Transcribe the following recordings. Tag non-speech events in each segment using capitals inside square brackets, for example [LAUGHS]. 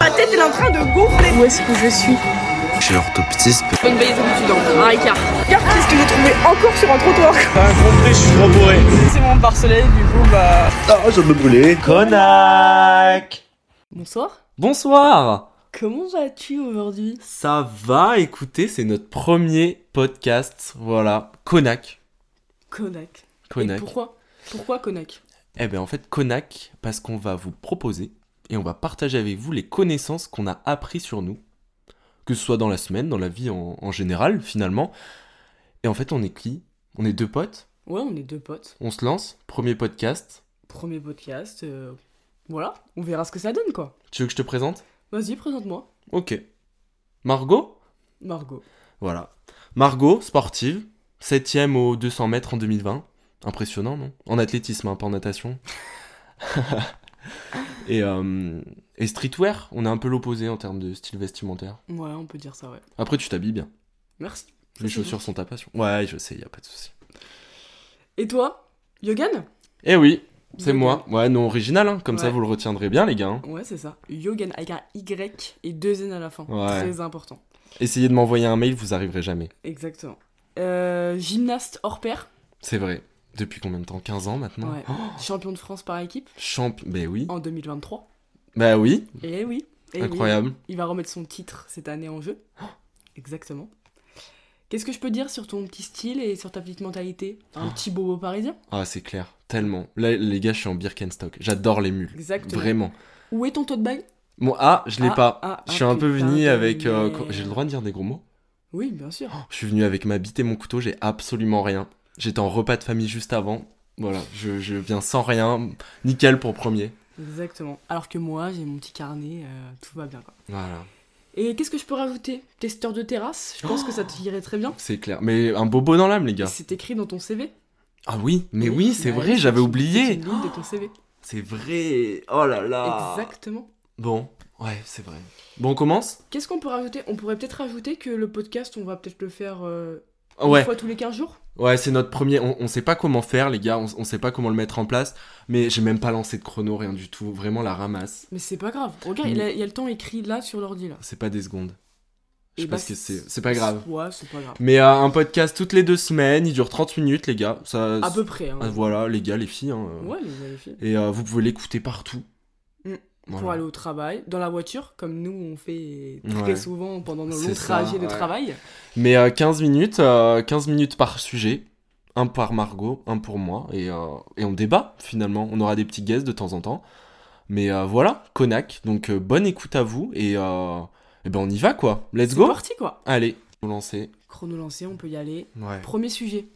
ma tête elle est en train de gonfler. Où est-ce que je suis Chez l'orthoptiste. Une baisse d'habitude, un écart. Regarde qu'est-ce que j'ai trouvé encore sur un trottoir. T'as rien compris, je suis trop bourré. C'est mon parcellet, du coup bah. Ah, je me brûler. Konak Bonsoir. Bonsoir Comment vas-tu aujourd'hui Ça va, écoutez, c'est notre premier podcast, voilà. Konak. Konak. Et Konak. pourquoi Pourquoi Konak Eh ben en fait, Konak, parce qu'on va vous proposer et on va partager avec vous les connaissances qu'on a appris sur nous, que ce soit dans la semaine, dans la vie en, en général, finalement. Et en fait, on est qui On est deux potes, Ouais, on est deux potes. on se lance, premier podcast. Premier podcast. euh, Voilà, on verra ce que ça donne quoi. Tu veux que je te présente Vas-y, présente-moi. Ok. Margot Margot. Voilà. Margot, sportive, 7ème aux 200 mètres en 2020. Impressionnant, non En athlétisme, hein, pas en natation. [LAUGHS] et, euh, et streetwear, on est un peu l'opposé en termes de style vestimentaire. Ouais, on peut dire ça, ouais. Après, tu t'habilles bien. Merci. Ça, Les c'est chaussures sont ta passion. Ouais, je sais, y a pas de souci. Et toi Yogan Eh oui, c'est Yogan. moi. Ouais, nom original, hein, comme ça Ouais. vous le retiendrez bien, les gars. hein. Ouais, c'est ça. Yogan avec un Y et deux N à la fin. Ouais. Très important. Essayez de m'envoyer un mail, vous arriverez jamais. Exactement. Euh, gymnaste hors pair. C'est vrai. Depuis combien de temps 15 ans maintenant Oh, Ouais. Champion de France par équipe Champ. Ben oui. en 2023. Bah oui, Et oui. eh oui. incroyable. Il va remettre son titre cette année en jeu. Exactement. Qu'est-ce que je peux dire sur ton petit style et sur ta petite mentalité Un petit bobo parisien Ah, c'est clair, tellement. Là, les gars, je suis en Birkenstock. J'adore les mules. Exactement. Vraiment. Où est ton tote bag Bon, ah, je l'ai Ah, pas. ah, je ah, suis un peu putain venu de avec. euh, merde. co- j'ai le droit de dire des gros mots Oui, bien sûr. Je suis venu avec ma bite et mon couteau, j'ai absolument rien. J'étais en repas de famille juste avant. Voilà, je, je viens sans rien. Nickel pour premier. Exactement. Alors que moi, j'ai mon petit carnet, euh, tout va bien quoi. Voilà, Et qu'est-ce que je peux rajouter Testeur de terrasse, je pense que ça te irait très bien. c'est clair. Mais un bobo dans l'âme, les gars. C'est écrit dans ton CV. Ah oui, mais oui, c'est bah, vrai, c'est- j'avais C'est oublié. une ligne de ton CV. C'est vrai. Oh là là. Exactement. Bon, ouais, c'est vrai. Bon, on commence Qu'est-ce qu'on peut rajouter On pourrait peut-être rajouter que le podcast, on va peut-être le faire euh, Ouais. une fois tous les 15 jours. Ouais, c'est notre premier. On, on sait pas comment faire, les gars. On, on sait pas comment le mettre en place. Mais j'ai même pas lancé de chrono, rien du tout. Vraiment la ramasse. Mais c'est pas grave. Regarde, il y a, il y a le temps écrit là sur l'ordi là. C'est pas des secondes. Et Je sais bah, pas ce que c'est. C'est pas grave. Ouais, c'est pas grave. Mais euh, un podcast toutes les deux semaines. Il dure 30 minutes, les gars. Ça, À peu près. Hein. Ah, Voilà, les gars, les filles. hein, euh. Ouais, les gars, les filles. Et euh, vous pouvez l'écouter partout. Mm. Voilà. Pour aller au travail, dans la voiture, comme nous on fait très Ouais. souvent pendant nos C'est longs ça, trajets de ouais. travail. Mais euh, 15 minutes, euh, 15 minutes par sujet. Un par Margot, un pour moi. Et, euh, et on débat finalement. On aura des petits guests de temps en temps. Mais euh, voilà, Konak. Donc euh, bonne écoute à vous. Et, euh, eh ben on y va quoi. Let's C'est go. parti quoi. Allez, on lancer. Chrono lancé, on peut y aller. Ouais. Premier sujet.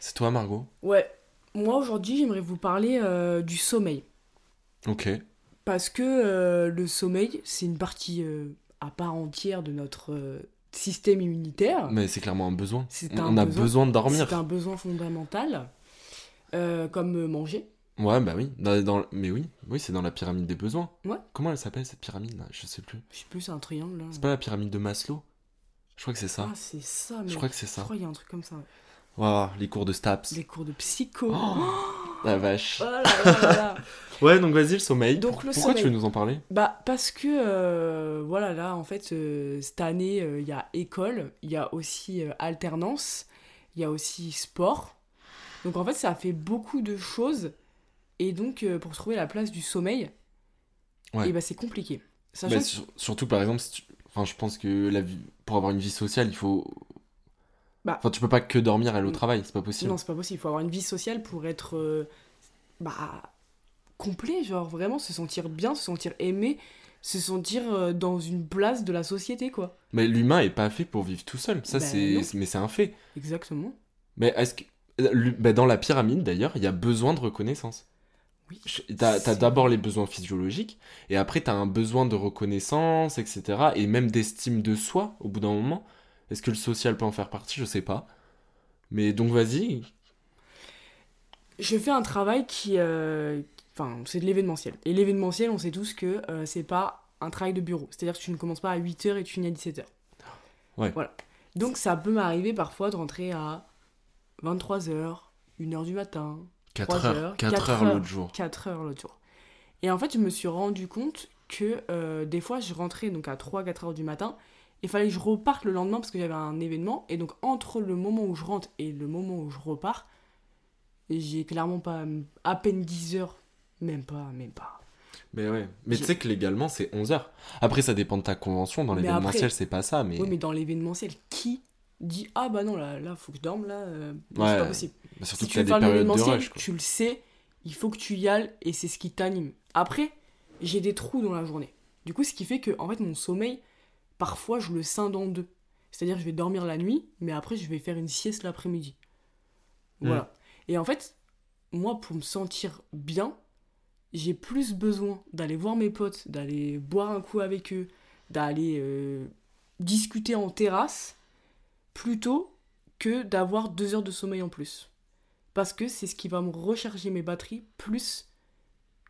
C'est toi Margot. Ouais. Moi aujourd'hui, j'aimerais vous parler euh, du sommeil. Ok. Parce que euh, le sommeil, c'est une partie euh, à part entière de notre euh, système immunitaire. Mais c'est clairement un besoin. C'est On, un on a besoin. besoin de dormir. C'est un besoin fondamental, euh, comme euh, manger. Ouais, bah oui. Dans- dans- Mais oui, oui, c'est dans la pyramide des besoins. Ouais. Comment elle s'appelle cette pyramide là Je sais plus. Je sais plus, c'est un triangle là. C'est pas la pyramide de Maslow Je crois que c'est ça. Ah, c'est ça, mais Je crois que c'est ça. je crois qu'il y a un truc comme ça. ouais. Waouh, les cours de STAPS. Des cours de psycho. Oh, la vache. Oh là là là là. Ouais, donc vas-y, le sommeil. Donc, le Pourquoi sommeil. tu veux nous en parler Bah parce que euh, voilà là en fait euh, cette année euh, il y a école, il y a aussi euh, alternance, il y a aussi sport. Donc en fait ça fait beaucoup de choses et donc euh, pour trouver la place du sommeil, Ouais. et bah c'est compliqué. Sachant Bah, que- sur- Surtout, par exemple, si tu- enfin, je pense que la vie... pour avoir une vie sociale, il faut. Bah. Mm. Enfin, tu peux pas que dormir et aller au travail, c'est pas possible. non c'est pas possible, il faut avoir une vie sociale pour être euh, bah complet genre vraiment se sentir bien, se sentir aimé, se sentir euh, dans une place de la société quoi. Mais l'humain est pas fait pour vivre tout seul. Ça, Bah, c'est. non. Mais c'est un fait. Exactement. Mais est-ce que. l'hu- bah, dans la pyramide, d'ailleurs, il y a besoin de reconnaissance. Oui. Je- T'as t'as C'est- d'abord les besoins physiologiques, et après t'as un besoin de reconnaissance, etc. Et même d'estime de soi au bout d'un moment. Est-ce que le social peut en faire partie Je sais pas. Mais donc vas-y. je fais un travail qui. euh, Enfin, c'est de l'événementiel. Et l'événementiel, on sait tous que euh, c'est pas un travail de bureau. C'est-à-dire que tu ne commences pas à 8h et tu finis à 17h. Ouais. Voilà. Donc ça peut m'arriver parfois de rentrer à 23h, 1h du matin, 4 Trois heures. heures, 4 quatre heures heures. l'autre jour. 4h le jour. Et en fait, je me suis rendu compte que euh, des fois je rentrais donc à 3-4 heures du matin, il fallait que je reparte le lendemain parce que j'avais un événement, et donc entre le moment où je rentre et le moment où je repars, j'ai clairement pas à peine 10 heures, même pas, même pas. Mais ouais. Mais tu J'ai- sais que légalement, c'est 11 heures. Après, ça dépend de ta convention. Dans Mais l'événementiel, après- c'est pas ça. Mais, Oui, mais dans l'événementiel, qui dit ah bah non là, là faut que je dorme là, euh, Ouais, c'est pas possible. mais bah, surtout Si que tu t'as veux des faire périodes de l'événementiel, rush. quoi. tu le sais, il faut que tu y ailles et c'est ce qui t'anime. Après, j'ai des trous dans la journée. Du coup, ce qui fait que en fait mon sommeil, parfois je le scinde en deux. C'est-à-dire je vais dormir la nuit, mais après je vais faire une sieste l'après-midi. Mm. Voilà. Et en fait, moi pour me sentir bien, j'ai plus besoin d'aller voir mes potes, d'aller boire un coup avec eux, d'aller euh, discuter en terrasse plutôt que d'avoir deux heures de sommeil en plus. Parce que c'est ce qui va me recharger mes batteries plus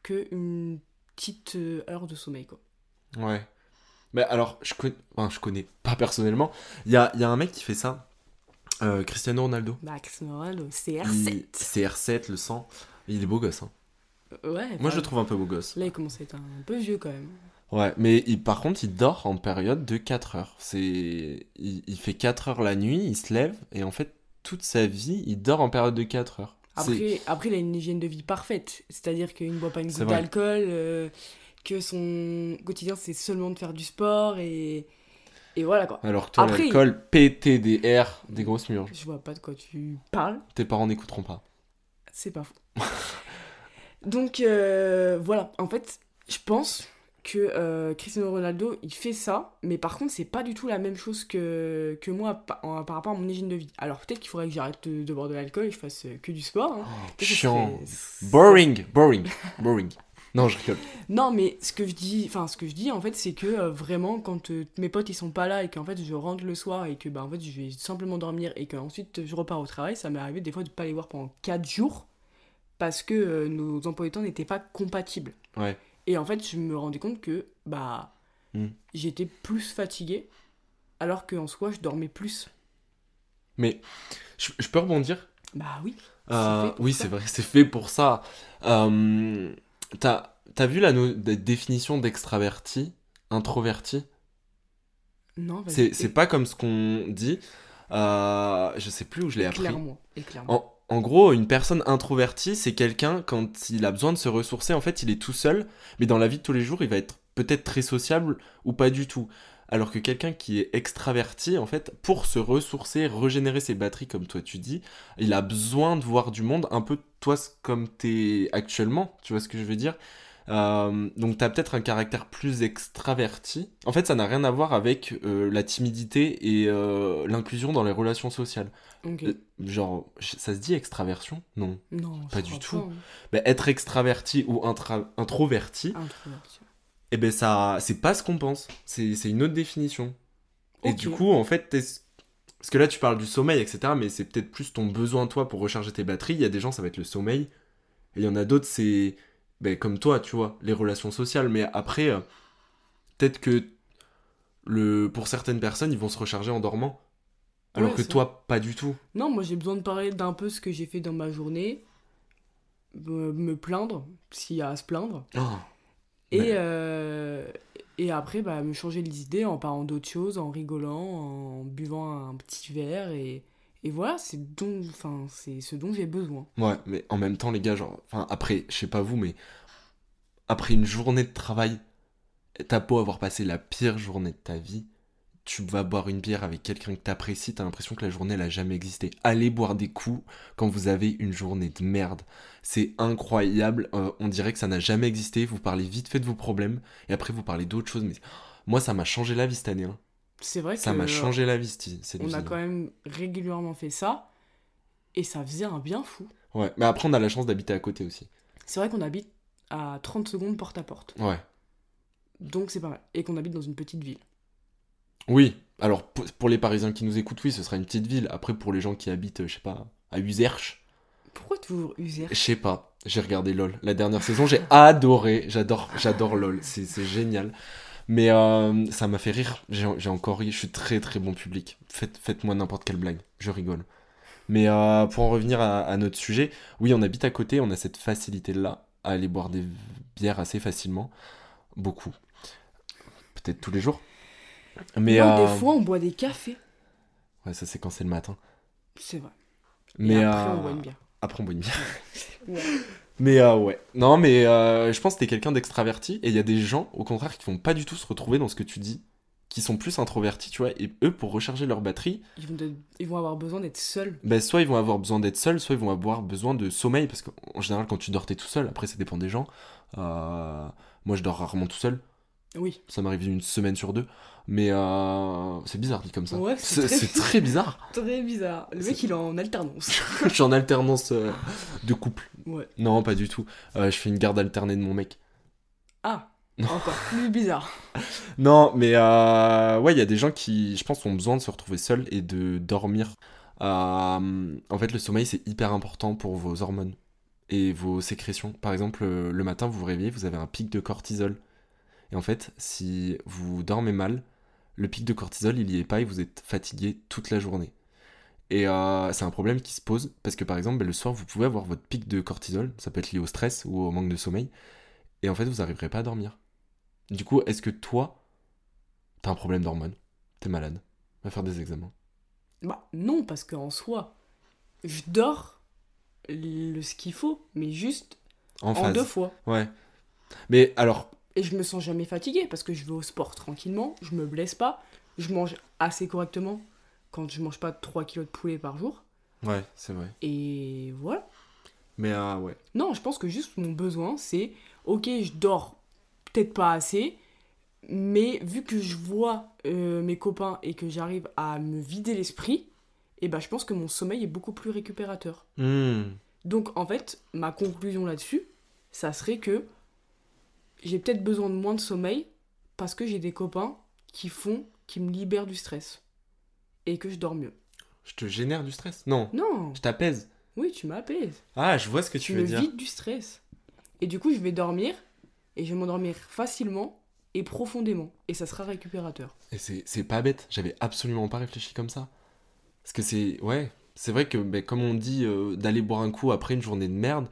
qu'une petite euh, heure de sommeil. Quoi. Ouais. Mais alors, je connais, enfin, je connais pas personnellement. Il y a, il y a un mec qui fait ça, euh, Cristiano Ronaldo. Max Morel, Il- CR7. C'est R7, le sang. Il est beau gosse. hein. Ouais, Moi, enfin, je le trouve un peu beau gosse. Là, il commence à être un peu vieux quand même. Ouais, mais il, par contre, il dort en période de 4 heures. C'est, il, il fait 4 heures la nuit, il se lève, et en fait, toute sa vie, il dort en période de 4 heures. C'est- Après, après, il a une hygiène de vie parfaite. C'est-à-dire qu'il ne boit pas une C'est goutte vrai. d'alcool, euh, que son quotidien, c'est seulement de faire du sport et, et voilà quoi. Alors que toi, Après, l'alcool, PTDR, des grosses murs. Je vois pas de quoi tu parles. Tes parents n'écouteront pas. Oh, C'est pas fou. [LAUGHS] Donc euh, voilà, en fait, je pense que euh, Cristiano Ronaldo, il fait ça, mais par contre, c'est pas du tout la même chose que, que moi pa- en- par rapport à mon hygiène de vie. Alors peut-être qu'il faudrait que j'arrête de, de boire de l'alcool et que je fasse euh, que du sport. hein. Oh, Peut-être que ce chiant. serait- Boring, boring, boring. Non, je rigole. Non, mais ce que je dis, enfin ce que je dis en fait, c'est que euh, vraiment quand euh, mes potes ils sont pas là et qu'en fait je rentre le soir et que bah en fait je vais simplement dormir et qu'ensuite je repars au travail, ça m'est arrivé des fois de pas les voir pendant 4 jours parce que euh, nos emplois du temps n'étaient pas compatibles. Ouais. Et en fait, je me rendais compte que bah Mm. j'étais plus fatiguée alors qu'en soi je dormais plus. Mais je, je peux rebondir Bah oui. Euh, fait pour oui, ça. c'est vrai, c'est fait pour ça. Euh, T'as t'as vu la, no- la définition d'extraverti, introverti Non, vas-y. C'est c'est pas comme ce qu'on dit. Euh, je sais plus où je l'ai appris. Éclaire-moi, éclaire-moi. En, en gros, une personne introvertie, c'est quelqu'un, quand il a besoin de se ressourcer, en fait, il est tout seul, mais dans la vie de tous les jours, il va être peut-être très sociable ou pas du tout. Alors que quelqu'un qui est extraverti, en fait, pour se ressourcer, régénérer ses batteries, comme toi tu dis, il a besoin de voir du monde, un peu toi c- comme t'es actuellement, tu vois ce que je veux dire Euh, donc t'as peut-être un caractère plus extraverti. En fait, ça n'a rien à voir avec euh, la timidité et euh, l'inclusion dans les relations sociales. Ok. Euh, Genre, je- ça se dit extraversion Non. non, je pas du crois pas, Mais être extraverti ou intra- introverti, hein. Introverti. eh ben ça, c'est pas ce qu'on pense. C'est c'est une autre définition. Et Ok. du coup, en fait, t'es- parce que là, tu parles du sommeil, etc. Mais c'est peut-être plus ton besoin, toi, pour recharger tes batteries. Il y a des gens, ça va être le sommeil. Et il y en a d'autres, c'est ben, comme toi, tu vois, les relations sociales. Mais après, euh, peut-être que le... pour certaines personnes, ils vont se recharger en dormant. Alors Ouais, que c'est toi, pas du tout. Non, moi j'ai besoin de parler d'un peu ce que j'ai fait dans ma journée, me me plaindre, s'il y a à se plaindre, Oh. et, Ouais. euh, et après bah, me changer les idées en parlant d'autres choses, en rigolant, en buvant un petit verre, et, et voilà, c'est dont- enfin, c'est ce dont j'ai besoin. Ouais, mais en même temps, les gars, genre, enfin, après, je sais pas vous, mais après une journée de travail, t'as beau avoir passé la pire journée de ta vie, tu vas boire une bière avec quelqu'un que t'apprécies, t'as l'impression que la journée, elle a jamais existé. Allez boire des coups quand vous avez une journée de merde. C'est incroyable, euh, on dirait que ça n'a jamais existé, vous parlez vite fait de vos problèmes, et après vous parlez d'autres choses, mais moi, ça m'a changé la vie cette année, hein. C'est vrai Ça que m'a changé la vie, cette cette Euh, on a usine. quand même régulièrement fait ça, et ça faisait un bien fou. Ouais, mais après, on a la chance d'habiter à côté aussi. C'est vrai qu'on habite à 30 secondes porte à porte, Ouais. donc c'est pas mal, et qu'on habite dans une petite ville. Oui, alors pour pour les Parisiens qui nous écoutent, oui, ce sera une petite ville. Après, pour les gens qui habitent, euh, je sais pas, à Userche, Pourquoi toujours user je sais pas, j'ai regardé LOL la dernière saison, j'ai adoré, j'adore j'adore LOL, c'est c'est génial. Mais euh, ça m'a fait rire, j'ai j'ai encore ri, je suis très très bon public. Faites- Faites-moi n'importe quelle blague, je rigole. Mais euh, pour en revenir à, à notre sujet, oui, on habite à côté, on a cette facilité-là à aller boire des bières assez facilement, beaucoup. peut-être tous les jours. Mais Moi, euh, des fois, on boit des cafés. ouais, ça c'est quand c'est le matin. C'est vrai. Mais Et après, euh, on boit une bière. après, on boit une bière. [LAUGHS] Mais euh, ouais. Non, mais euh, je pense que t'es quelqu'un d'extraverti et il y a des gens, au contraire, qui vont pas du tout se retrouver dans ce que tu dis, qui sont plus introvertis, tu vois. Et eux, pour recharger leur batterie, Ils vont, de- ils vont avoir besoin d'être seuls. ben, soit ils vont avoir besoin d'être seuls, soit ils vont avoir besoin de sommeil, parce qu'en général, quand tu dors, t'es tout seul. Après, ça dépend des gens. Euh, moi, je dors rarement tout seul. Oui. Ça m'arrive une semaine sur deux. Mais euh, c'est bizarre dit comme ça. Ouais, c'est très- c'est très bizarre. Très bizarre. Le mec, il est en [LAUGHS] alternance. je suis en alternance euh, de couple. Ouais. Non, pas du tout. Euh, je fais une garde alternée de mon mec. Ah, encore plus bizarre. Non, mais euh, ouais, il y a des gens qui, je pense, ont besoin de se retrouver seuls et de dormir. Euh, en fait, le sommeil, c'est hyper important pour vos hormones et vos sécrétions. Par exemple, euh, le matin, vous vous réveillez, vous avez un pic de cortisol. Et en fait, si vous dormez mal, le pic de cortisol, il y est pas et vous êtes fatigué toute la journée. Et euh, c'est un problème qui se pose parce que, par exemple, ben, le soir, vous pouvez avoir votre pic de cortisol. Ça peut être lié au stress ou au manque de sommeil. Et en fait, vous n'arriverez pas à dormir. Du coup, est-ce que toi, T'as un problème d'hormones, t'es malade, va faire des examens. Bah, non, parce qu'en soi, je dors le, ce qu'il faut, mais juste En, en phase. deux fois. Ouais. Mais alors, Et je me sens jamais fatiguée parce que je vais au sport tranquillement, je me blesse pas, je mange assez correctement quand je mange pas 3 kilos de poulet par jour. ouais, c'est vrai. Et voilà. Mais ah ouais. Non, je pense que juste mon besoin, c'est ok, je dors peut-être pas assez, mais vu que je vois euh, mes copains et que j'arrive à me vider l'esprit, et ben je pense que mon sommeil est beaucoup plus récupérateur. Hmm. Donc en fait, ma conclusion là-dessus, ça serait que j'ai peut-être besoin de moins de sommeil parce que j'ai des copains qui font, qui me libèrent du stress et que je dors mieux. Je te génère du stress Non, Non, je t'apaise. oui, tu m'apaises, Ah, je vois ce que tu tu me veux dire. vides du stress. Et du coup, je vais dormir et je vais m'endormir facilement et profondément et ça sera récupérateur. Et c'est c'est pas bête, j'avais absolument pas réfléchi comme ça. Parce que c'est. Ouais, c'est vrai que, ben, comme on dit, euh, d'aller boire un coup après une journée de merde,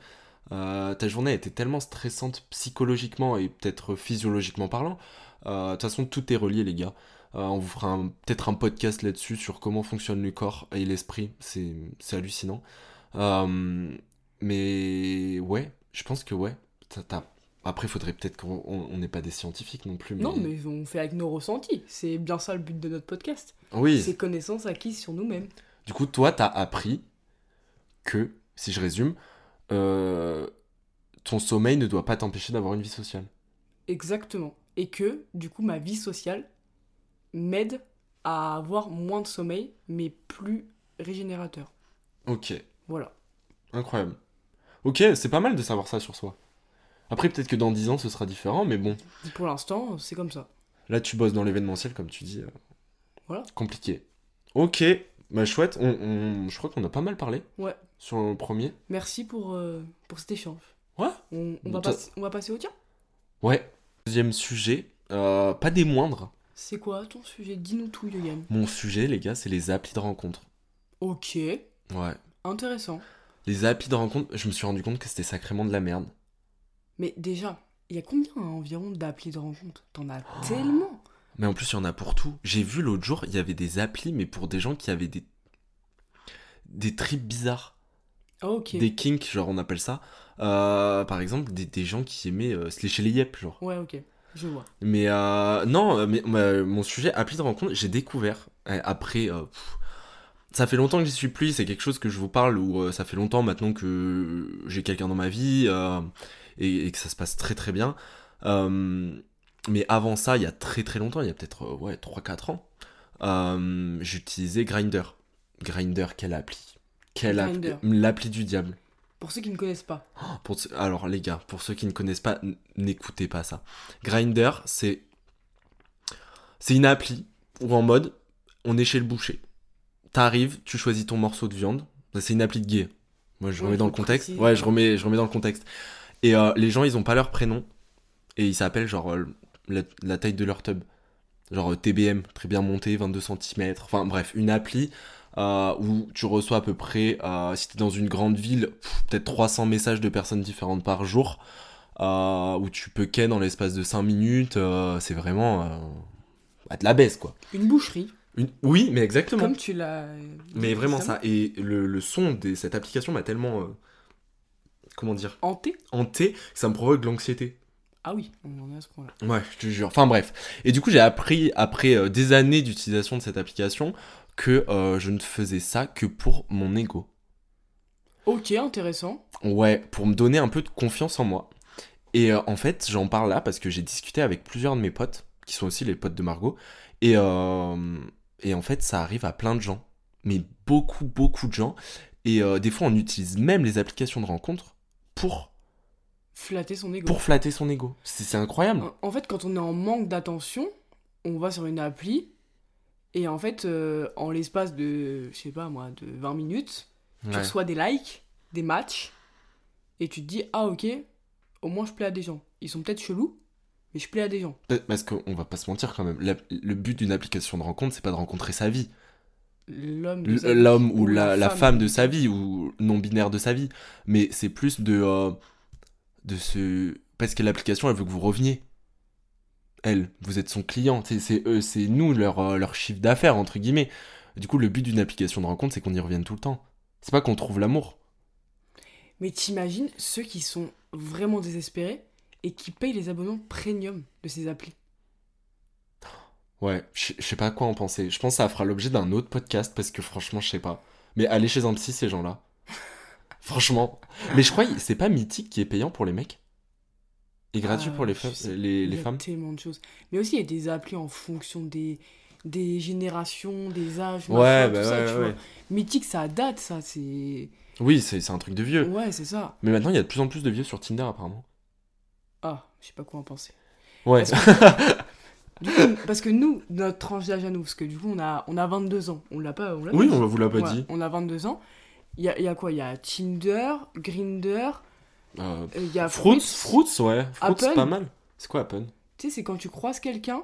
euh, ta journée a été tellement stressante psychologiquement et peut-être physiologiquement parlant. Euh, De toute façon, tout est relié, les gars. Euh, on vous fera un- peut-être un podcast là-dessus sur comment fonctionne le corps et l'esprit. C'est c'est hallucinant. Euh, mais ouais, je pense que ouais. t'as- t'as- Après, faudrait peut-être qu'on on- on n'est pas des scientifiques non plus. Mais... Non, mais on fait avec nos ressentis, c'est bien ça le but de notre podcast. Oui. C'est connaissances acquises sur nous-mêmes. Du coup, toi, t'as appris que, si je résume, euh, ton sommeil ne doit pas t'empêcher d'avoir une vie sociale. Exactement. Et que, du coup, ma vie sociale m'aide à avoir moins de sommeil, mais plus régénérateur. Ok, Voilà. incroyable. Ok, c'est pas mal de savoir ça sur soi. Après, peut-être que dans 10 ans, ce sera différent, mais bon, Pour l'instant, c'est comme ça. là, tu bosses dans l'événementiel, comme tu dis. euh, Voilà. Compliqué. Ok, bah chouette, on, on- je crois qu'on a pas mal parlé Ouais. sur le premier. Merci pour, euh, pour cet échange. Ouais. On, on va, Toi- pas- on va passer au tien Ouais. Deuxième sujet, euh, pas des moindres. C'est quoi ton sujet Dis-nous tout, Yoyam. Mon sujet, les gars, c'est les applis de rencontre. Ok, Ouais. intéressant. Les applis de rencontre, je me suis rendu compte que c'était sacrément de la merde. Mais déjà, il y a combien hein, environ d'applis de rencontre T'en as tellement Mais en plus, il y en a pour tout. J'ai vu l'autre jour, il y avait des applis, mais pour des gens qui avaient des. des tripes bizarres. Ah, Ok. Des kinks, genre on appelle ça. Euh, par exemple, des, des gens qui aimaient euh, se lécher les yep, genre. Ouais, ok. Je vois. Mais euh, non, euh, mais, euh, mon sujet appli de rencontre, j'ai découvert euh, après. euh, pff, ça fait longtemps que j'y suis plus. C'est quelque chose que je vous parle où euh, ça fait longtemps maintenant que j'ai quelqu'un dans ma vie euh, et, et que ça se passe très très bien. Euh, mais avant ça, il y a très très longtemps, il y a peut-être euh, ouais 3-4 ans, euh, j'utilisais Grinder. Grinder, quelle appli Quelle appli Grindr. L'appli du diable. Pour ceux qui ne connaissent pas, Pour ce- Alors les gars, pour ceux qui ne connaissent pas, n- n'écoutez pas ça. Grinder, c'est c'est une appli où en mode on est chez le boucher. T'arrives, tu choisis ton morceau de viande. C'est une appli de gay. Moi je Ouais, remets dans faut le contexte. préciser. Ouais, je remets je remets dans le contexte. Et euh, les gens, ils ont pas leur prénom et ils s'appellent genre euh, la, la taille de leur tub. Genre euh, TBM, très bien monté, 22 cm. Enfin bref, une appli euh, où tu reçois à peu près, euh, si t'es dans une grande ville, pff, peut-être 300 messages de personnes différentes par jour. euh, où tu peux ken en l'espace de 5 minutes. euh, c'est vraiment euh, bah, de la baisse, quoi. Une boucherie, Une- Oui, mais exactement. comme tu l'as. Mais vraiment ça. Et le, le son de cette application m'a tellement. euh, comment dire Hanté Hanté, que ça me provoque de l'anxiété. Ah oui, on en est à ce point-là. Ouais, je te jure. Enfin bref. Et du coup, j'ai appris, après euh, des années d'utilisation de cette application, que euh, je ne faisais ça que pour mon ego. Ok, intéressant. Ouais, pour me donner un peu de confiance en moi. Et euh, en fait, j'en parle là parce que j'ai discuté avec plusieurs de mes potes, qui sont aussi les potes de Margot. Et, euh, et en fait, ça arrive à plein de gens. Mais beaucoup, beaucoup de gens. Et euh, des fois, on utilise même les applications de rencontre pour, Flatter son ego. pour flatter son ego. C'est c'est incroyable. En- En fait, quand on est en manque d'attention, on va sur une appli et en fait, euh, en l'espace de, je sais pas moi, de 20 minutes, tu Ouais. reçois des likes, des matchs et tu te dis ah ok, au moins je plais à des gens. Ils sont peut-être chelous, mais je plais à des gens. Peut- Parce qu'on va pas se mentir quand même, la- le but d'une application de rencontre, c'est pas de rencontrer sa vie. L'homme, de L- sa vie L'homme ou la, la femme de sa vie, ou non-binaire de sa vie. Mais c'est plus de. euh, de ce. Parce que l'application, elle veut que vous reveniez. Elle, vous êtes son client. C'est- C'est eux, c'est nous, leur, euh, leur chiffre d'affaires, entre guillemets. Du coup, le but d'une application de rencontre, c'est qu'on y revienne tout le temps. C'est pas qu'on trouve l'amour. Mais t'imagines ceux qui sont vraiment désespérés et qui payent les abonnements premium de ces applis. Ouais, je je sais pas à quoi en penser. Je pense que ça fera l'objet d'un autre podcast parce que franchement, je sais pas. Mais allez chez un psy, [LAUGHS] ces gens-là. franchement. Mais je crois que c'est pas Mythique qui est payant pour les mecs et gratuit Ah, pour les, je fe- sais. les, Il les y a femmes. tellement de choses. Mais aussi, il y a des applis en fonction des, des générations, des âges. Ouais, machin, bah tout ça, ouais, tu ouais. vois. Mythique, ça date, ça. C'est. Oui, c'est c'est un truc de vieux. Ouais, c'est ça. Mais maintenant, il y a de plus en plus de vieux sur Tinder, apparemment. Ah, je sais pas quoi en penser. Ouais. Parce Du coup, parce que nous, notre tranche d'âge à nous, parce que du coup, on a, on a 22 ans. On l'a pas. On l'a oui, dit. on vous l'a pas Ouais, dit. On a 22 ans. Il y a, il y a quoi Il y a Tinder, Grinder, Euh, il y a Fruits, Fruits, ouais. Fruits, c'est Apple. pas mal. C'est quoi Apple Tu sais, c'est quand tu croises quelqu'un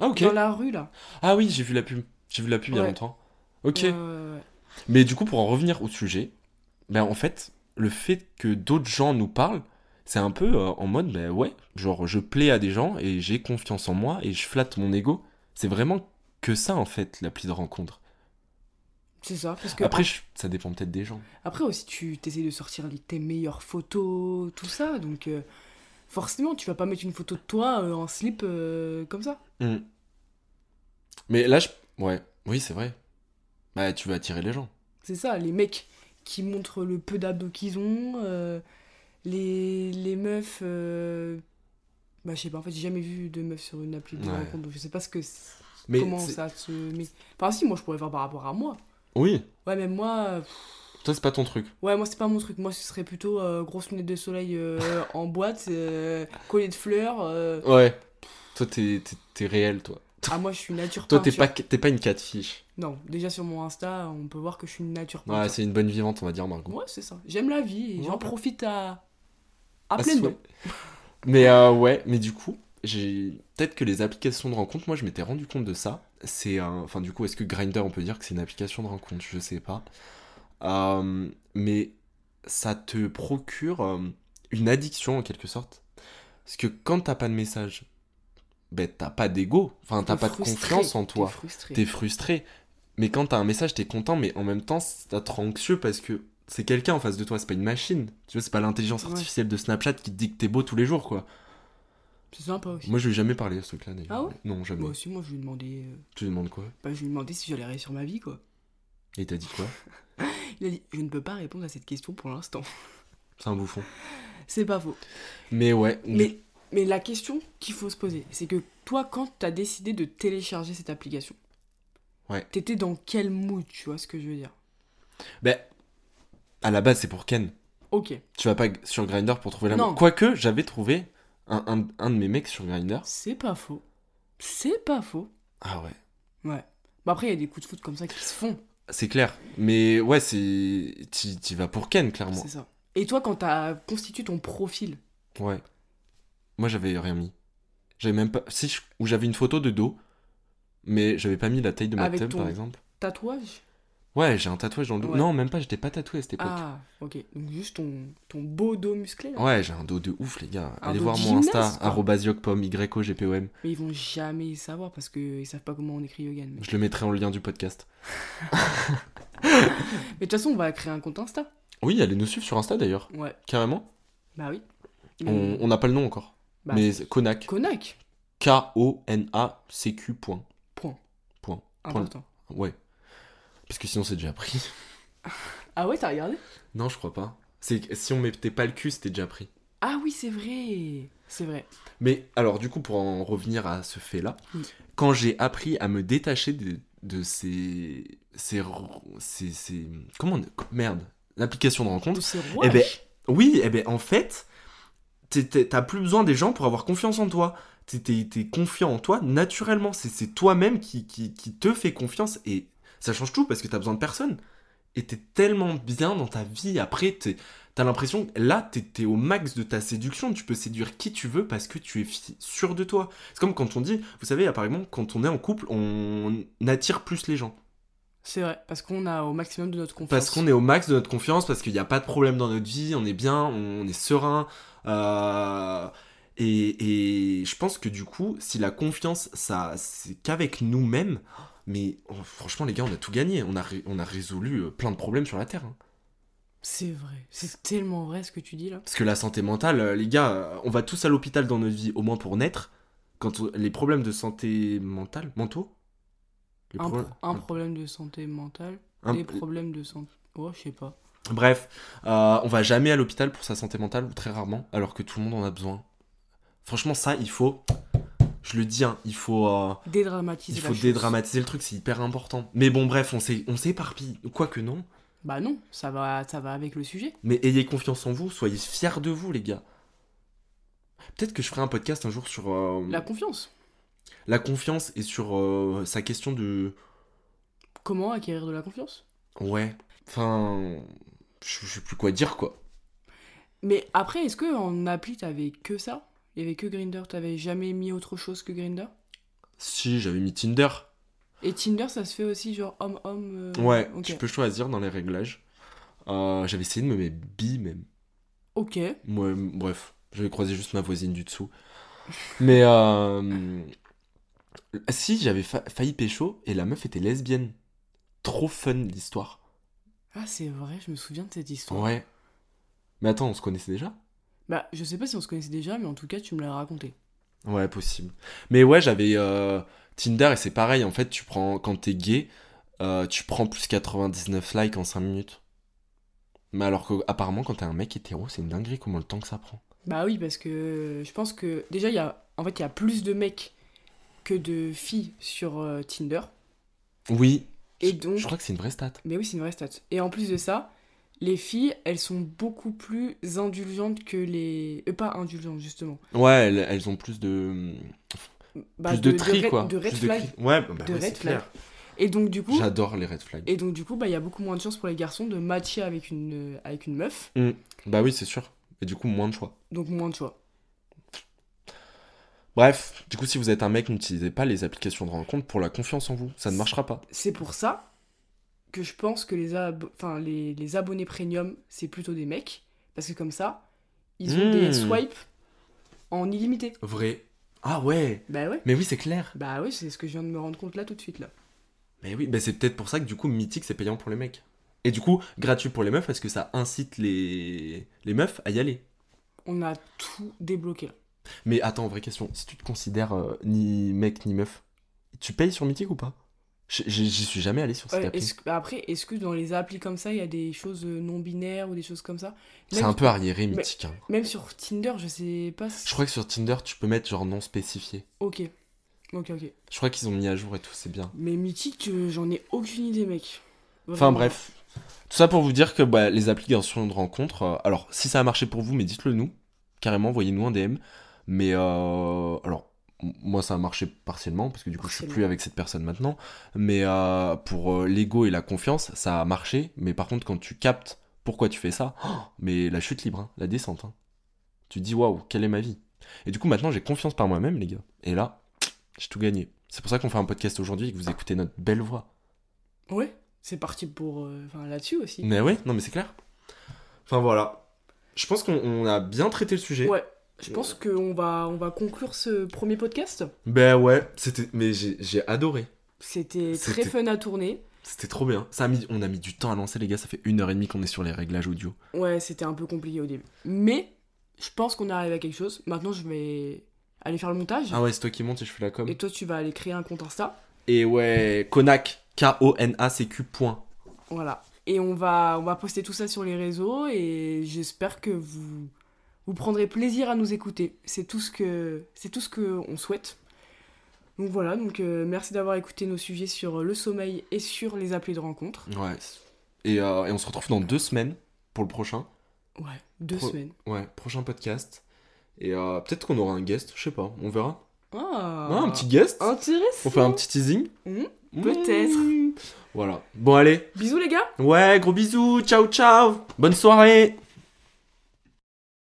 Ah, ok. dans la rue, là. Ah oui, j'ai vu la pub. J'ai vu la pub il y a Ouais. longtemps. Ok. Euh, Mais du coup, pour en revenir au sujet, ben en fait, le fait que d'autres gens nous parlent, c'est un peu euh, en mode, ben ouais, genre je plais à des gens et j'ai confiance en moi et je flatte mon ego. C'est vraiment que ça en fait, l'appli de rencontre. c'est ça. Parce que Après, je- ça dépend peut-être des gens. Après aussi, tu t'essayes de sortir les- tes meilleures photos, tout ça, donc euh, forcément, tu vas pas mettre une photo de toi euh, en slip euh, comme ça. Mais là, je... ouais, oui, c'est vrai. Bah, tu vas attirer les gens. C'est ça, les mecs qui montrent le peu d'abdos qu'ils ont, euh, les, les meufs... euh, bah je sais pas, en fait, j'ai jamais vu de meufs sur une appli de Ouais. rencontre, donc je sais pas ce que... c'est- Mais comment c'est- ça se... met. Enfin si, moi, je pourrais voir par rapport à moi. Oui, Ouais, même moi... euh, pff, toi, c'est pas ton truc. Ouais, moi, c'est pas mon truc. Moi, ce serait plutôt euh, grosses lunettes de soleil euh, en boîte, euh, collier de fleurs... euh, Ouais. Toi, t'es t'es- t'es réel, toi. Ah, moi, je suis nature Toi, t'es peinture. pas, t'es pas une catfish. Non, déjà sur mon Insta, on peut voir que je suis une nature Ouais, peinture. c'est une bonne vivante, on va dire, Margot. Ouais, c'est ça. J'aime la vie et Ouais. Ah, j'en profite à. à À plein souhait. dents. Mais euh, ouais, mais du coup, j'ai peut-être que les applications de rencontre, moi je m'étais rendu compte de ça. C'est un... enfin du coup, est-ce que Grinder on peut dire que c'est une application de rencontre, je sais pas. Euh, mais ça te procure euh, une addiction en quelque sorte. Parce que quand t'as pas de message, ben t'as pas d'ego, enfin t'as T'es pas de frustré, confiance en toi T'es frustré. t'es frustré. Mais quand t'as un message, t'es content, mais en même temps, ça te rend anxieux parce que c'est quelqu'un en face de toi, c'est pas une machine. Tu vois, c'est pas l'intelligence Ouais. artificielle de Snapchat qui te dit que t'es beau tous les jours, quoi. C'est sympa aussi. Moi, Moi, je lui ai jamais parlé de ce truc-là, d'ailleurs. Ah ouais Non, jamais. aussi, moi, je lui ai demandé. euh, Tu lui demandes quoi bah, je lui ai demandé si j'allais réussir ma vie, quoi. Et t'as dit quoi Il a dit Je ne peux pas répondre à cette question pour l'instant. [LAUGHS] C'est un bouffon. C'est pas faux. Mais ouais. Mais, mais la question qu'il faut se poser, c'est que toi, quand t'as décidé de télécharger cette application, Ouais. t'étais dans quel mood, tu vois ce que je veux dire Ben, à la base, c'est pour Ken. Ok, Tu vas pas g- sur Grinder pour trouver l'amour. Non. Quoique, j'avais trouvé un, un- un de mes mecs sur Grinder. c'est pas faux. C'est pas faux. Ah ouais. Ouais. Bah après, il y a des coups de foot comme ça qui se font, C'est clair. Mais ouais, c'est. T'y t'y vas pour Ken, clairement. c'est ça. Et toi, quand t'as constitué ton profil, Ouais. Moi, j'avais rien mis. J'avais même pas. Si, je- ou j'avais une photo de dos, mais j'avais pas mis la taille de ma Avec tête, ton- par exemple. tatouage Ouais, j'ai un tatouage dans le dos. Ouais. Non, même pas, j'étais pas tatoué à cette époque. Ah, ok. Donc juste ton, ton beau dos musclé. là. Ouais, j'ai un dos de ouf, les gars. Un Allez dos voir de mon Insta, gymnaste, quoi. arrobas yogpom, Y-O-G-P-O-M. Mais ils vont jamais savoir parce qu'ils savent pas comment on écrit Yogan. Mais mais Je le mettrai en lien du podcast. de toute façon, on va créer un compte Insta. Oui, allez nous suivre sur Insta d'ailleurs, Ouais, carrément. bah oui. On on n'a pas le nom encore. Bah, mais Konak. Konak, K-O-N-A-C-Q. Point. Point. Point. Point. important. Ouais. Parce que sinon, c'est déjà pris. [LAUGHS] Ah ouais, t'as regardé Non, je crois pas. C'est que si on mettait pas le cul, c'était déjà pris. Ah oui, c'est vrai. C'est vrai. Mais alors, du coup, pour en revenir à ce fait-là, Oui. quand j'ai appris à me détacher de, de ces, ces, r- ces, ces- Comment on... Merde. L'application de rencontre. C'est Eh ben, roche. oui, eh ben, en fait, t'es- t'es- t'as plus besoin des gens pour avoir confiance en toi. T'es- T'es t'es confiant en toi naturellement. C'est- C'est toi-même qui, qui, qui te fait confiance et ça change tout parce que t'as besoin de personne. Et t'es tellement bien dans ta vie. Après, t'es- t'as l'impression que là, t'es t'es au max de ta séduction. Tu peux séduire qui tu veux parce que tu es fi- sûr de toi. C'est comme quand on dit, vous savez, apparemment, quand on est en couple, on attire plus les gens. C'est vrai, parce qu'on a au maximum de notre confiance. Parce qu'on est au max de notre confiance, parce qu'il n'y a pas de problème dans notre vie, on est bien, on est serein. euh, et, et je pense que du coup, si la confiance, ça, c'est qu'avec nous-mêmes, mais oh, franchement, les gars, on a tout gagné. On a, ré- on a résolu euh, plein de problèmes sur la Terre. hein. C'est vrai. C'est tellement vrai ce que tu dis là. Parce que la santé mentale, euh, les gars, euh, on va tous à l'hôpital dans notre vie, au moins pour naître. Quand on- les problèmes de santé mentale, mentaux Les Un, problèmes- pro- un problème de santé mentale, un- des problèmes de santé. Oh, je sais pas. Bref, euh, on va jamais à l'hôpital pour sa santé mentale, ou très rarement, alors que tout le monde en a besoin. Franchement, ça, il faut. Je le dis, hein, il faut, euh, Dédramatiser. il la faut chose. dédramatiser le truc, c'est hyper important. Mais bon, bref, on s'é- on s'éparpille. Quoique non. Bah non, ça va, ça va avec le sujet. Mais ayez confiance en vous, soyez fiers de vous, les gars. Peut-être que je ferai un podcast un jour sur euh, La confiance. la confiance et sur euh, sa question de. Comment acquérir de la confiance Ouais. Enfin. Je je sais plus quoi dire, quoi. Mais après, est-ce que en appli, t'avais que ça Il y avait que Grinder T'avais jamais mis autre chose que Grinder Si, j'avais mis Tinder. Et Tinder, ça se fait aussi genre homme-homme euh, Ouais, ok. tu peux choisir dans les réglages. Euh, j'avais essayé de me mettre bi même. Ok. Moi, m- bref, j'avais croisé juste ma voisine du dessous. Mais euh, [LAUGHS] si j'avais fa- failli pécho et la meuf était lesbienne. Trop fun l'histoire. Ah, c'est vrai, je me souviens de cette histoire. Ouais. Mais attends, on se connaissait déjà Bah, je sais pas si on se connaissait déjà, mais en tout cas, tu me l'as raconté. Ouais, possible. Mais ouais, j'avais euh, Tinder et c'est pareil. En fait, tu prends quand t'es gay, euh, tu prends plus 99 likes en 5 minutes. Mais alors qu'apparemment, quand t'es un mec hétéro, c'est une dinguerie comment le temps que ça prend. Bah oui, parce que je pense que déjà, il y a, en fait, il y a plus de mecs que de filles sur euh, Tinder. Oui. Et Je- donc- Je crois que c'est une vraie stat. Mais oui, c'est une vraie stat. Et en plus de ça, les filles, elles sont beaucoup plus indulgentes que les. euh, pas indulgentes, justement. Ouais, elles, elles ont plus de. Bah, plus de, tri, red- quoi. De red Plus de flag. cri- Ouais, bah, bah De ouais, c'est red flag. clair. Et donc, du coup, J'adore les red flags. et donc, du coup, bah, il y a beaucoup moins de chances pour les garçons de matcher avec une, euh, avec une meuf. Bah oui, c'est sûr. Et du coup, moins de choix. Donc, moins de choix. Bref, du coup, si vous êtes un mec, n'utilisez pas les applications de rencontre pour la confiance en vous. Ça ne marchera pas. C'est pour ça que je pense que les, abo- enfin, les, les abonnés premium, c'est plutôt des mecs. Parce que comme ça, ils ont Mmh. des swipes en illimité. Vrai. Ah ouais. Bah ouais. Mais oui, c'est clair. Bah oui, c'est ce que je viens de me rendre compte là tout de suite. là. Mais oui, bah c'est peut-être pour ça que du coup, Mythique, c'est payant pour les mecs. Et du coup, gratuit pour les meufs parce que ça incite les, les meufs à y aller. On a tout débloqué là. Mais attends, vraie question. Si tu te considères euh, ni mec ni meuf, tu payes sur Mythique ou pas J- j- J'y suis jamais allé sur cette Ouais, appli. est-ce que- après, est-ce que dans les applis comme ça, il y a des choses euh, non binaires ou des choses comme ça C'est Même- un peu arriéré, Mais- Mythique. hein. Même sur Tinder, je sais pas si. Je crois que sur Tinder, tu peux mettre genre non spécifié. Ok. Ok, ok. Je crois qu'ils ont mis à jour et tout, c'est bien. Mais mythique, euh, j'en ai aucune idée, mec. Enfin Vraiment. bref. Tout ça pour vous dire que bah, les applications de rencontre, euh, alors si ça a marché pour vous, mais dites-le nous. Carrément, envoyez-nous un DM. Mais euh, alors, m- moi ça a marché partiellement, parce que du coup je suis Partiellement. plus avec cette personne maintenant. Mais euh, pour euh, l'ego et la confiance, ça a marché. Mais par contre, quand tu captes pourquoi tu fais ça, [GASPS] oh, mais la chute libre, hein, la descente. hein. Tu te dis waouh, quelle est ma vie Et du coup maintenant j'ai confiance par moi-même, les gars. Et là, j'ai tout gagné. C'est pour ça qu'on fait un podcast aujourd'hui et que vous écoutez notre belle voix. Ouais, C'est parti pour. euh, Enfin, là-dessus aussi. Mais ouais, non mais c'est clair. Enfin voilà. Je pense qu'on on a bien traité le sujet. Ouais. Euh, Je pense qu'on va, on va conclure ce premier podcast. Ben ouais, c'était. Mais j'ai j'ai adoré. C'était C'était- très fun à tourner. C'était trop bien. Ça a mis, on a mis du temps à lancer les gars, ça fait une heure et demie qu'on est sur les réglages audio. Ouais, c'était un peu compliqué au début. Mais je pense qu'on est arrivé à quelque chose. Maintenant, je vais aller faire le montage. Ah ouais, c'est toi qui montes et je fais la com. Et toi, tu vas aller créer un compte Insta. Et ouais, Konak, K-O-N-A-C-Q. point. Voilà. Et on va, on va poster tout ça sur les réseaux et j'espère que vous, vous prendrez plaisir à nous écouter. C'est tout ce que, c'est tout ce que on souhaite. Donc voilà, donc euh, merci d'avoir écouté nos sujets sur euh, le sommeil et sur les appelés de rencontre. Ouais. Et, euh, et on se retrouve dans deux semaines pour le prochain. Ouais, deux Pro- semaines. Ouais, prochain podcast. Et euh, peut-être qu'on aura un guest, je sais pas, on verra. Ah, Ah, un petit guest intéressant. On fait un petit teasing Mhm, Mmh. Peut-être. Voilà. Bon allez. Bisous les gars. Ouais, gros bisous, ciao ciao. Bonne soirée.